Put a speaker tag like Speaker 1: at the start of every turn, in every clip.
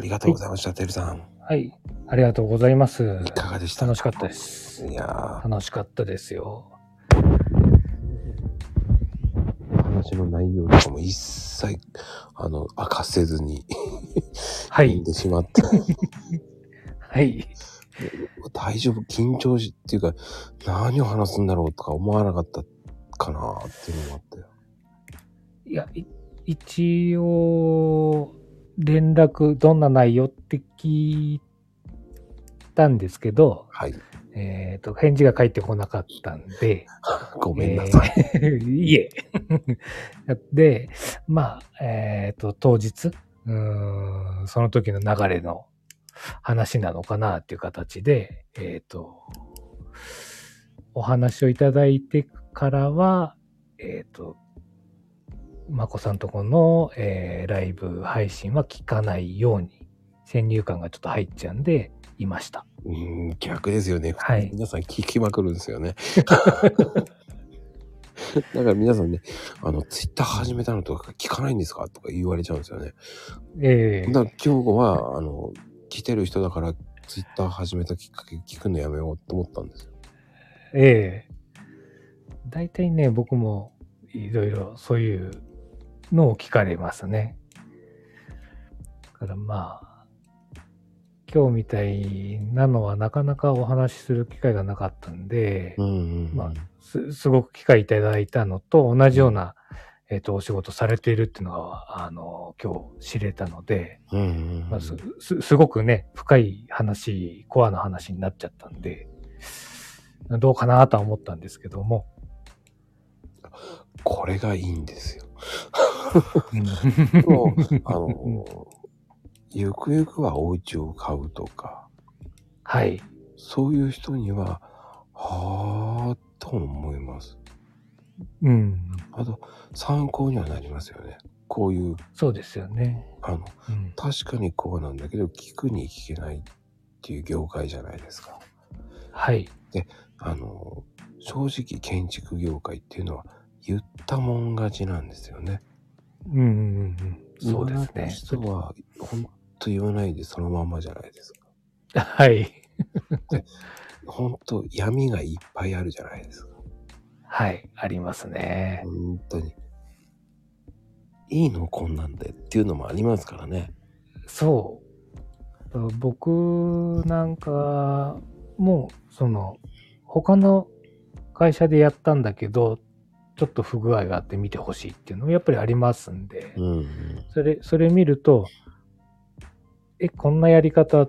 Speaker 1: りがとうございました、てるさん。
Speaker 2: はい。ありがとうございます。
Speaker 1: いかがでした
Speaker 2: 楽しかったです。
Speaker 1: いや
Speaker 2: 楽しかったですよ。
Speaker 1: ー話の内容とかも一切、あの、明かせずに、
Speaker 2: は
Speaker 1: 死ん
Speaker 2: い。
Speaker 1: でしまって、
Speaker 2: はい。
Speaker 1: 大丈夫、緊張し、っていうか、何を話すんだろうとか思わなかったかなっていうのもあって。
Speaker 2: いや、い一応、連絡、どんな内容って聞いたんですけど、
Speaker 1: はい。
Speaker 2: えっ、と、返事が返ってこなかったんで、
Speaker 1: ごめんなさい。
Speaker 2: えー いえ。で、まあ、えっ、と、当日、うーん、その時の流れの話なのかなっていう形で、えっ、と、お話をいただいてからは、えっ、と、まこさんとこの、えーライブ配信は聞かないように、先入観がちょっと入っちゃうんで、いました。
Speaker 1: うん、逆ですよね。
Speaker 2: はい
Speaker 1: 皆さん聞きまくるんですよ ね。だから皆さんね、あの、ツイッター始めたのとか聞かないんですかとか言われちゃうんですよね。
Speaker 2: ええ
Speaker 1: だから今日は、あの、来てる人だから、ツイッター始めたきっかけ聞くのやめようと思ったんですよ。
Speaker 2: ええ。大体ね、僕もいろいろそういうのを聞かれますね。だからまあ、今日みたいなのはなかなかお話しする機会がなかったんで、
Speaker 1: うんうん、うん。
Speaker 2: まあすすごく機会いただいたのと同じような、えっとお仕事されているっていうのが、あの、今日知れたので、
Speaker 1: うんうんう
Speaker 2: まあ、
Speaker 1: ん。
Speaker 2: すすすごくね、深い話、コアな話になっちゃったんで、どうかなとは思ったんですけども、
Speaker 1: これがいいんです よ。
Speaker 2: うん
Speaker 1: もう、あの、ゆくゆくはお家を買うとか、
Speaker 2: はい。
Speaker 1: そういう人には、はぁーと思います。
Speaker 2: うん。
Speaker 1: あと、参考にはなりますよね。こういう、
Speaker 2: そうですよね。
Speaker 1: あの、
Speaker 2: うん、
Speaker 1: 確かにこうなんだけど、聞くに聞けないっていう業界じゃないですか。
Speaker 2: はい。
Speaker 1: あの、正直建築業界っていうのは、言ったもん勝ちなんですよね。
Speaker 2: うんうんうんうん。そうで
Speaker 1: 言わな
Speaker 2: す
Speaker 1: い
Speaker 2: ね。
Speaker 1: 人は、ほんと言わないでそのまんまじゃないですか。
Speaker 2: はい。
Speaker 1: ほんと闇がいっぱいあるじゃないですか。
Speaker 2: はい。ありますね。
Speaker 1: 本当に。いいのこんなんでっていうのもありますからね。
Speaker 2: そう。僕なんかも、その、他の会社でやったんだけど、ちょっと不具合があって見てほしいっていうのもやっぱりありますんで、
Speaker 1: うんうん。
Speaker 2: それ、それ見ると、え、こんなやり方、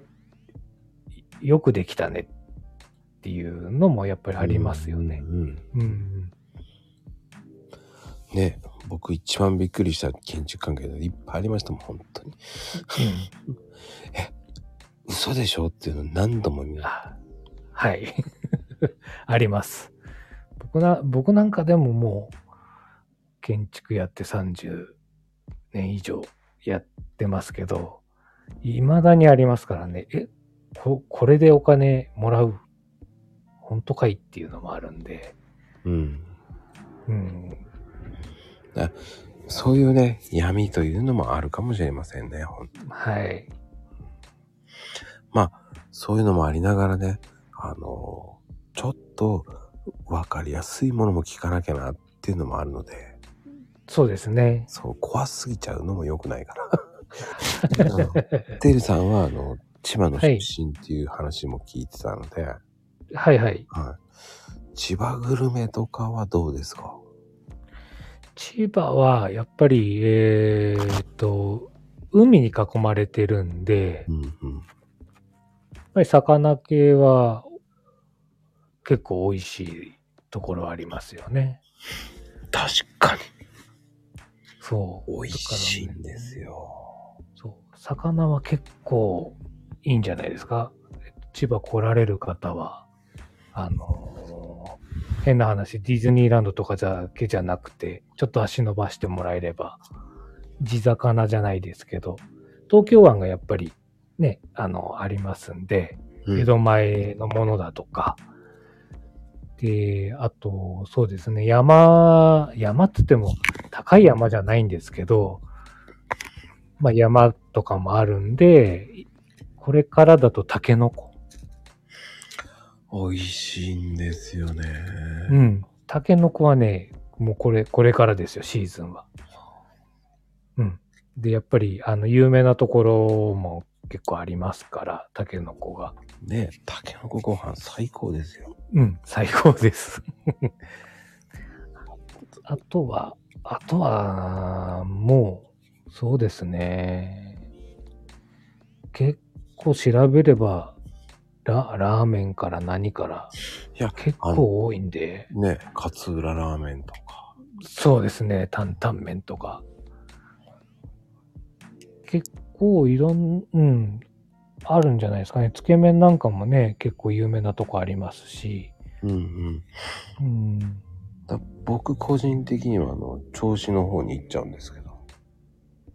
Speaker 2: いよくできたねっていうのもやっぱりありますよね。
Speaker 1: うんうん
Speaker 2: うんうん。
Speaker 1: ね、僕一番びっくりした建築関係でいっぱいありましたもん、本当に。嘘でしょっていうの何度も見な
Speaker 2: あはい。 あります。僕な、僕なんかでももう、建築やって30年以上やってますけど、未だにありますからね、え、ここれでお金もらう本当かいっていうのもあるんで、
Speaker 1: うん。
Speaker 2: うん、
Speaker 1: そういうね、闇というのもあるかもしれませんね、ほん
Speaker 2: はい。
Speaker 1: そういうのもありながらね、あの、ちょっと分かりやすいものも聞かなきゃなっていうのもあるので、
Speaker 2: そうですね。
Speaker 1: そう、怖すぎちゃうのも良くないからあの。テルさんは、あの、千葉の出身っていう話も聞いてたので、はい。
Speaker 2: はいはい。
Speaker 1: 千葉グルメとかはどうですか
Speaker 2: 千葉は、やっぱり、えーっと、海に囲まれてるんで、
Speaker 1: うんうん。
Speaker 2: やっぱり魚系は結構美味しいところありますよね。
Speaker 1: 確かに。
Speaker 2: そう。
Speaker 1: 美味しいんで
Speaker 2: よ。
Speaker 1: すよ。
Speaker 2: そう。魚は結構いいんじゃないですか。千葉来られる方は、あのー変な話、ディズニーランドとかだけじゃなくて、ちょっと足伸ばしてもらえれば、地魚じゃないですけど、東京湾がやっぱりね、あの、ありますんで、
Speaker 1: うん
Speaker 2: 江戸前のものだとか、で、あと、そうですね、山、山って言っても高い山じゃないんですけど、まあ、山とかもあるんで、これからだとタケノコ。
Speaker 1: 美味しいんですよね。
Speaker 2: うん。タケノコはね、もうこれ、これからですよ、シーズンは。うん。で、やっぱり、あの、有名なところも結構ありますから、タケノコが。
Speaker 1: ねえ、タケノコご飯最高ですよ。
Speaker 2: うん、最高です。 あとは、あとは、もう、そうですね。結構調べれば、ララーメンから何から、
Speaker 1: いや、
Speaker 2: 結構多いんで、
Speaker 1: ねえ、勝浦ラーメンとか。
Speaker 2: そうですね、担々麺とか。結構いろん、うん、あるんじゃないですかね。つけ麺なんかもね、結構有名なとこありますし。
Speaker 1: うんうん。
Speaker 2: うん
Speaker 1: だ僕個人的には、あの、銚子の方に行っちゃうんですけど。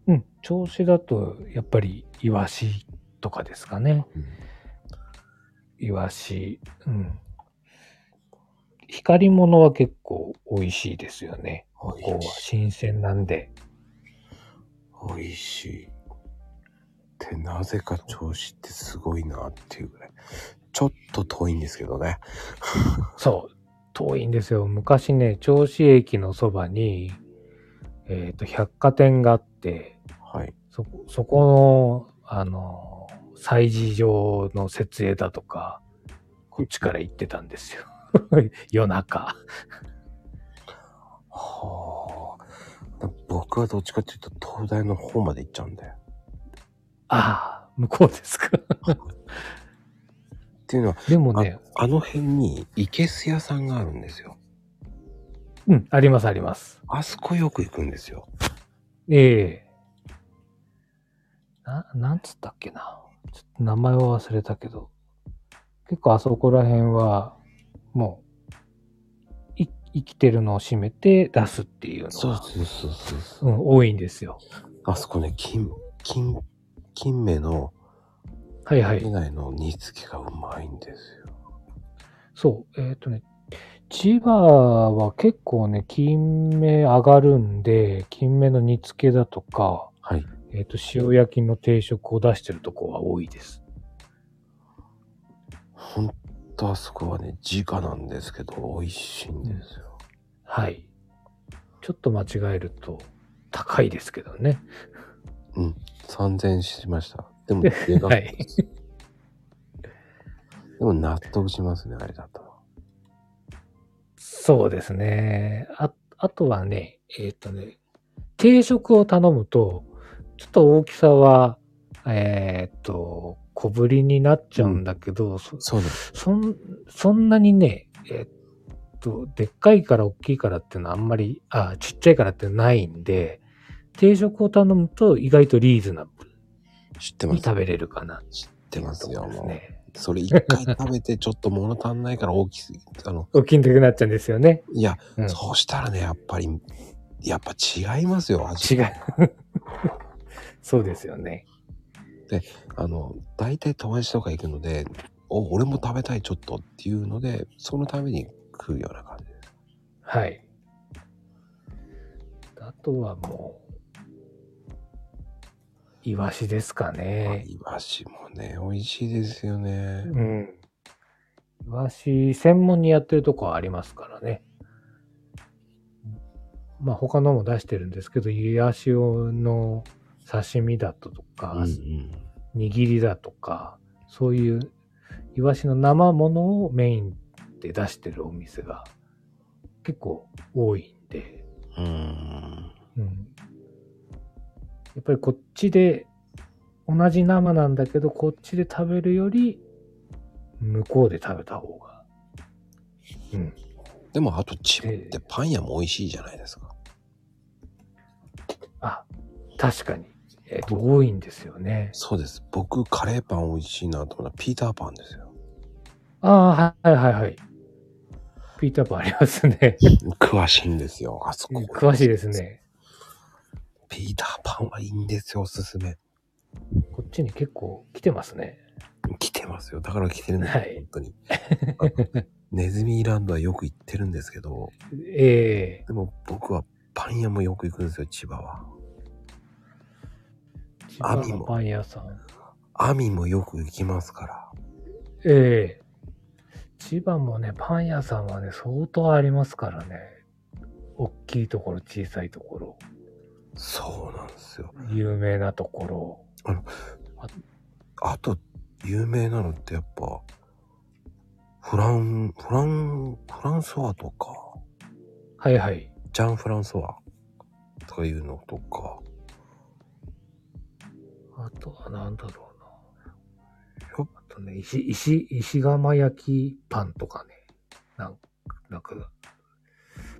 Speaker 2: うん、調子だとやっぱりイワシとかですかね。
Speaker 1: うん
Speaker 2: イワシ、うん。光り物は結構美味しいですよね。ここは新鮮なんで。
Speaker 1: 美味しい。って、なぜか調子ってすごいなっていうぐらい。ちょっと遠いんですけどね。
Speaker 2: そう、遠いんですよ。昔ね、銚子駅のそばに、えっ、と、百貨店があって、
Speaker 1: はい。
Speaker 2: そこ、そこの、あの、催事場の設営だとか、こっちから行ってたんですよ。夜中。
Speaker 1: はあ。だ僕はどっちかっていうと、東大の方まで行っちゃうんで。っ
Speaker 2: ああ、向こうですか。
Speaker 1: ていうのは、
Speaker 2: でもね、
Speaker 1: あの辺に、いけす屋さんがあるんですよ。
Speaker 2: うん、ありますあります。
Speaker 1: あそこよく行くんですよ。
Speaker 2: ええな、なんつったっけな。ちょっと名前は忘れたけど。結構あそこら辺は、もう、い生きてるのを締めて出すっていうのが、
Speaker 1: そうそうそうそうそう。
Speaker 2: うん、多いんですよ。
Speaker 1: あそこね、金、金、金目の、
Speaker 2: はいは
Speaker 1: 以
Speaker 2: い。
Speaker 1: 外の煮付けがうまいんですよ。
Speaker 2: そう。えっ、とね、千葉は結構ね、金目上がるんで、金目の煮付けだとか、
Speaker 1: はい。
Speaker 2: えっ、と、塩焼きの定食を出してるとこは多いです。
Speaker 1: ほんとあそこはね、直なんですけど、美味しいんですよ。
Speaker 2: はい。ちょっと間違えると高いですけどね。
Speaker 1: 3000円しました。で も、でかかったです。 でも納得しますね、あれだと。
Speaker 2: そうですね。あ、あとはね、えっ、とね、定食を頼むと、ちょっと大きさは、えっ、と、小ぶりになっちゃうんだけど、そ
Speaker 1: そうです。
Speaker 2: そんそんなにね、えっ、と、でっかいから大きいからっていうのはあんまり、あ、ちっちゃいからってないんで、定食を頼むと意外とリーズナブ
Speaker 1: 知って
Speaker 2: ル
Speaker 1: ま
Speaker 2: に
Speaker 1: す。知っ
Speaker 2: 食べれるかなって
Speaker 1: て
Speaker 2: いうと
Speaker 1: ます
Speaker 2: こ
Speaker 1: よ、
Speaker 2: ろです
Speaker 1: もう。
Speaker 2: ね。
Speaker 1: それ一回食べて、ちょっと物足んないから大きすぎあの、
Speaker 2: 大きいんだけなっちゃうんですよね。
Speaker 1: いや、
Speaker 2: うん
Speaker 1: そうしたらね、やっぱり、やっぱ違いますよ、味
Speaker 2: 違う。そうですよね。
Speaker 1: あの、大体友達とか行くので、お、俺も食べたいちょっとっていうので、そのために食うような感じです。
Speaker 2: はい。あとはもう、イワシですかね。
Speaker 1: イワシもね、美味しいですよね。
Speaker 2: うん。イワシ専門にやってるとこはありますからね。まあ他のも出してるんですけど、イワシの刺身だとか、
Speaker 1: うんうん
Speaker 2: 握りだとか、そういうイワシの生ものをメインで出してるお店が結構多いんで、
Speaker 1: うーん。
Speaker 2: うん、やっぱりこっちで同じ生なんだけどこっちで食べるより向こうで食べた方が、うん、
Speaker 1: でも、あと、千葉ってパン屋も美味しいじゃないですか。
Speaker 2: あ確かに、えっと多いんですよね。
Speaker 1: そうです。僕、カレーパン美味しいなと思ったら、ピーターパンですよ。
Speaker 2: ああはいはいはい。ピーターパンありますね。
Speaker 1: 詳しいんですよ、あそこ。
Speaker 2: 詳しいです。ね。
Speaker 1: ピーターパンはいいんですよ、おすすめ。
Speaker 2: こっちに結構来てますね。
Speaker 1: 来てますよ。だから来てるんですよ、
Speaker 2: はい
Speaker 1: 本当に。あのネズミランドはよく行ってるんですけど、
Speaker 2: ええ
Speaker 1: でも僕はパン屋もよく行くんですよ、千葉は。
Speaker 2: 千葉のパン屋さん。
Speaker 1: アミもよく行きますから。
Speaker 2: ええ千葉もね、パン屋さんはね、相当ありますからね。大きいところ、小さいところ、
Speaker 1: そうなんですよ。
Speaker 2: 有名なところ。
Speaker 1: あと、有名なのってやっぱ、フラン、フラン、フランソワとか、
Speaker 2: はいはい。
Speaker 1: ジャン・フランソワとかいうのとか、
Speaker 2: あとはなんだろうな。
Speaker 1: ひょ
Speaker 2: あとね、石、石、石窯焼きパンとかね。なんか、なんか、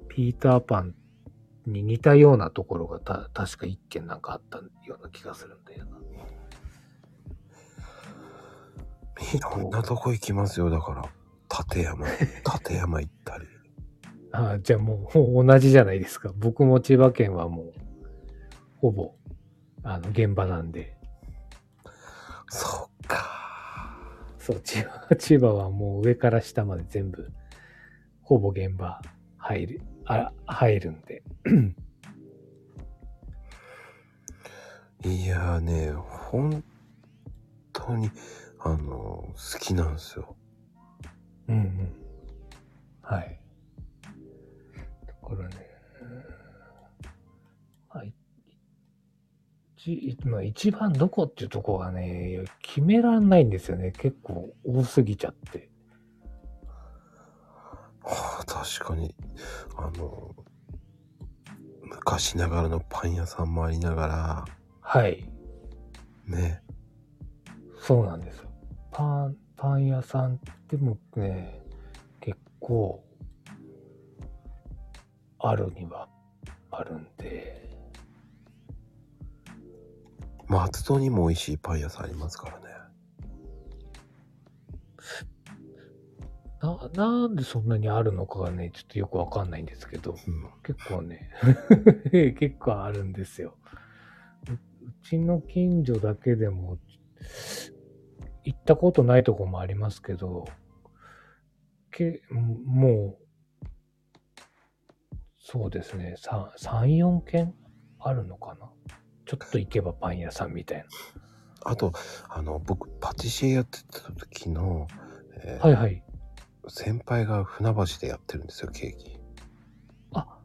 Speaker 2: ピーターパンに似たようなところがた、確か一軒なんかあったような気がするんだよな。
Speaker 1: いろんなとこ行きますよ。だから、立山、立山行ったり。
Speaker 2: あーじゃあもうもう同じじゃないですか。僕も千葉県はもう、ほぼ、あの、現場なんで。
Speaker 1: そっか。
Speaker 2: そう、千葉、 千葉はもう上から下まで全部、ほぼ現場入る、あ入るんで。
Speaker 1: いやーね、本当に、あの、好きなんですよ。
Speaker 2: うんうん。はい。だからね、まあ、い一まあ、一番どこっていうとこがね、決めらんないんですよね。結構多すぎちゃって。
Speaker 1: はあ、確かに、あの、昔ながらのパン屋さんもありなが
Speaker 2: はい。
Speaker 1: ら、ね、
Speaker 2: そうなんですよ。パン、パン屋さんでもね、結構、あるにはあるんで、
Speaker 1: 松戸にも美味しいパン屋さんありますからね。
Speaker 2: な、なんでそんなにあるのかがね、ちょっとよくわかんないんですけど、
Speaker 1: うん、
Speaker 2: 結構ね、 結構あるんですよ。ううちの近所だけでも、行ったことないとこもありますけど、けもう、そうですね、3、4軒あるのかな。ちょっと行けばパン屋さんみたい
Speaker 1: あと、あの、僕、パティシエやってた時の、えー
Speaker 2: な。はいはい。
Speaker 1: 先輩が船橋でやってるんですよ、ケーキ。
Speaker 2: あ、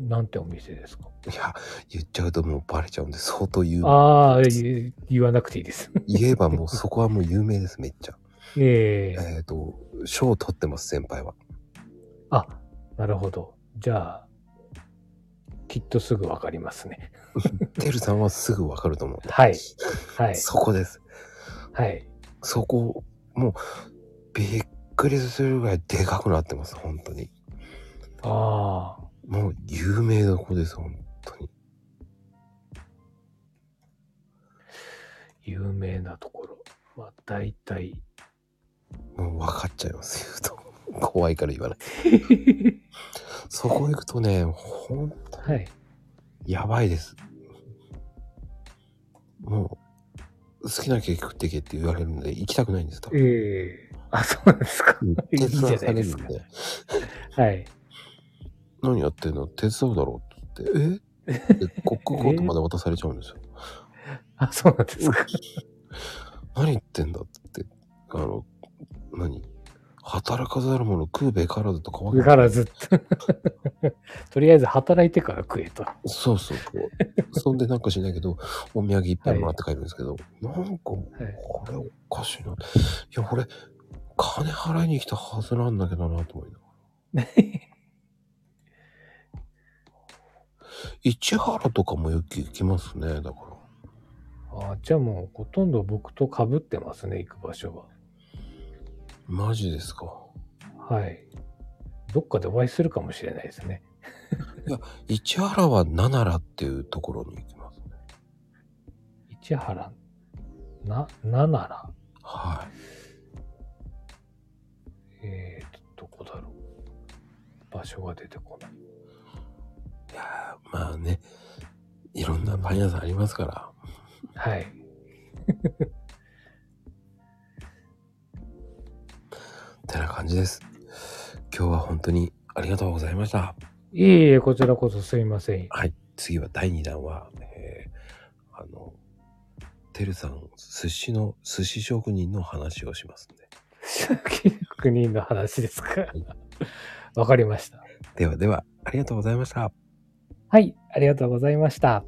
Speaker 2: なんてお店です か。
Speaker 1: いや、言っちゃうともうバレちゃうんで、相当有名。
Speaker 2: ああ、言言わなくていいです。
Speaker 1: 言えばもうそこはもう有名です、めっちゃ。
Speaker 2: ええ
Speaker 1: えっ、と、賞を取ってます、先輩は。
Speaker 2: あ、なるほど。じゃあ、きっとすぐわかりますね。
Speaker 1: てるさんはすぐわかると思う。
Speaker 2: はい。はい。
Speaker 1: そこです。
Speaker 2: はい。
Speaker 1: そこ、もう、びっくりするぐらいでかくなってます、本当に。
Speaker 2: ああ、
Speaker 1: もう有名な子です、本当に。
Speaker 2: 有名なところ。まあ、大体。
Speaker 1: もう分かっちゃいます、言うと。 怖いから言わない。そこ行くとね、ほん、
Speaker 2: はい。
Speaker 1: やばいです。もう、好きなケーキ食ってけって言われるんで、行きたくないんです、多
Speaker 2: え
Speaker 1: 分。
Speaker 2: えあ、そうなんですか。
Speaker 1: うん
Speaker 2: いいじゃない
Speaker 1: 手伝わされ
Speaker 2: で
Speaker 1: る
Speaker 2: す
Speaker 1: ん
Speaker 2: か
Speaker 1: で、
Speaker 2: はい。
Speaker 1: 何やってんの手伝うだろうって言って、 えでコックコートまで渡されちゃうんですよ。
Speaker 2: あ、そうなんですか。
Speaker 1: 何言ってんだって、あの、何働かざる者食うべからずとかわ
Speaker 2: だからずっ と。とりあえず働いてから食えと。
Speaker 1: そうそうそう。そんでなんかしないけ ど、お土産いっぱいもらって帰るんですけど、なんか、こ
Speaker 2: い
Speaker 1: れおかしいな。いや、これ、金払いに来たはずなんだけどな、と思いなが ら。市原とかもよく行きますね、だから。
Speaker 2: ああ、じゃあもうほとんど僕と被ってますね、行く場所
Speaker 1: マジですか。
Speaker 2: は。はい。どっかでお会いするかもしれないですね。
Speaker 1: 市原は奈良っていうところに行きますね。
Speaker 2: 市原、な、ななら、
Speaker 1: はい。
Speaker 2: えーと、どこだろう。場所が出てこない。
Speaker 1: いやーまあね、いろんなパン屋さんありますから。
Speaker 2: はい。
Speaker 1: てな感じです。今日は本当にありがとうございました。
Speaker 2: いえいえ、こちらこそすいません。
Speaker 1: はい。次は第2弾は、えーあの、てるさん、寿司の、寿司職人の話をしますんで。
Speaker 2: 9人の話ですか。わかりました。
Speaker 1: ではでは、ありがとうございました。
Speaker 2: はい、ありがとうございました。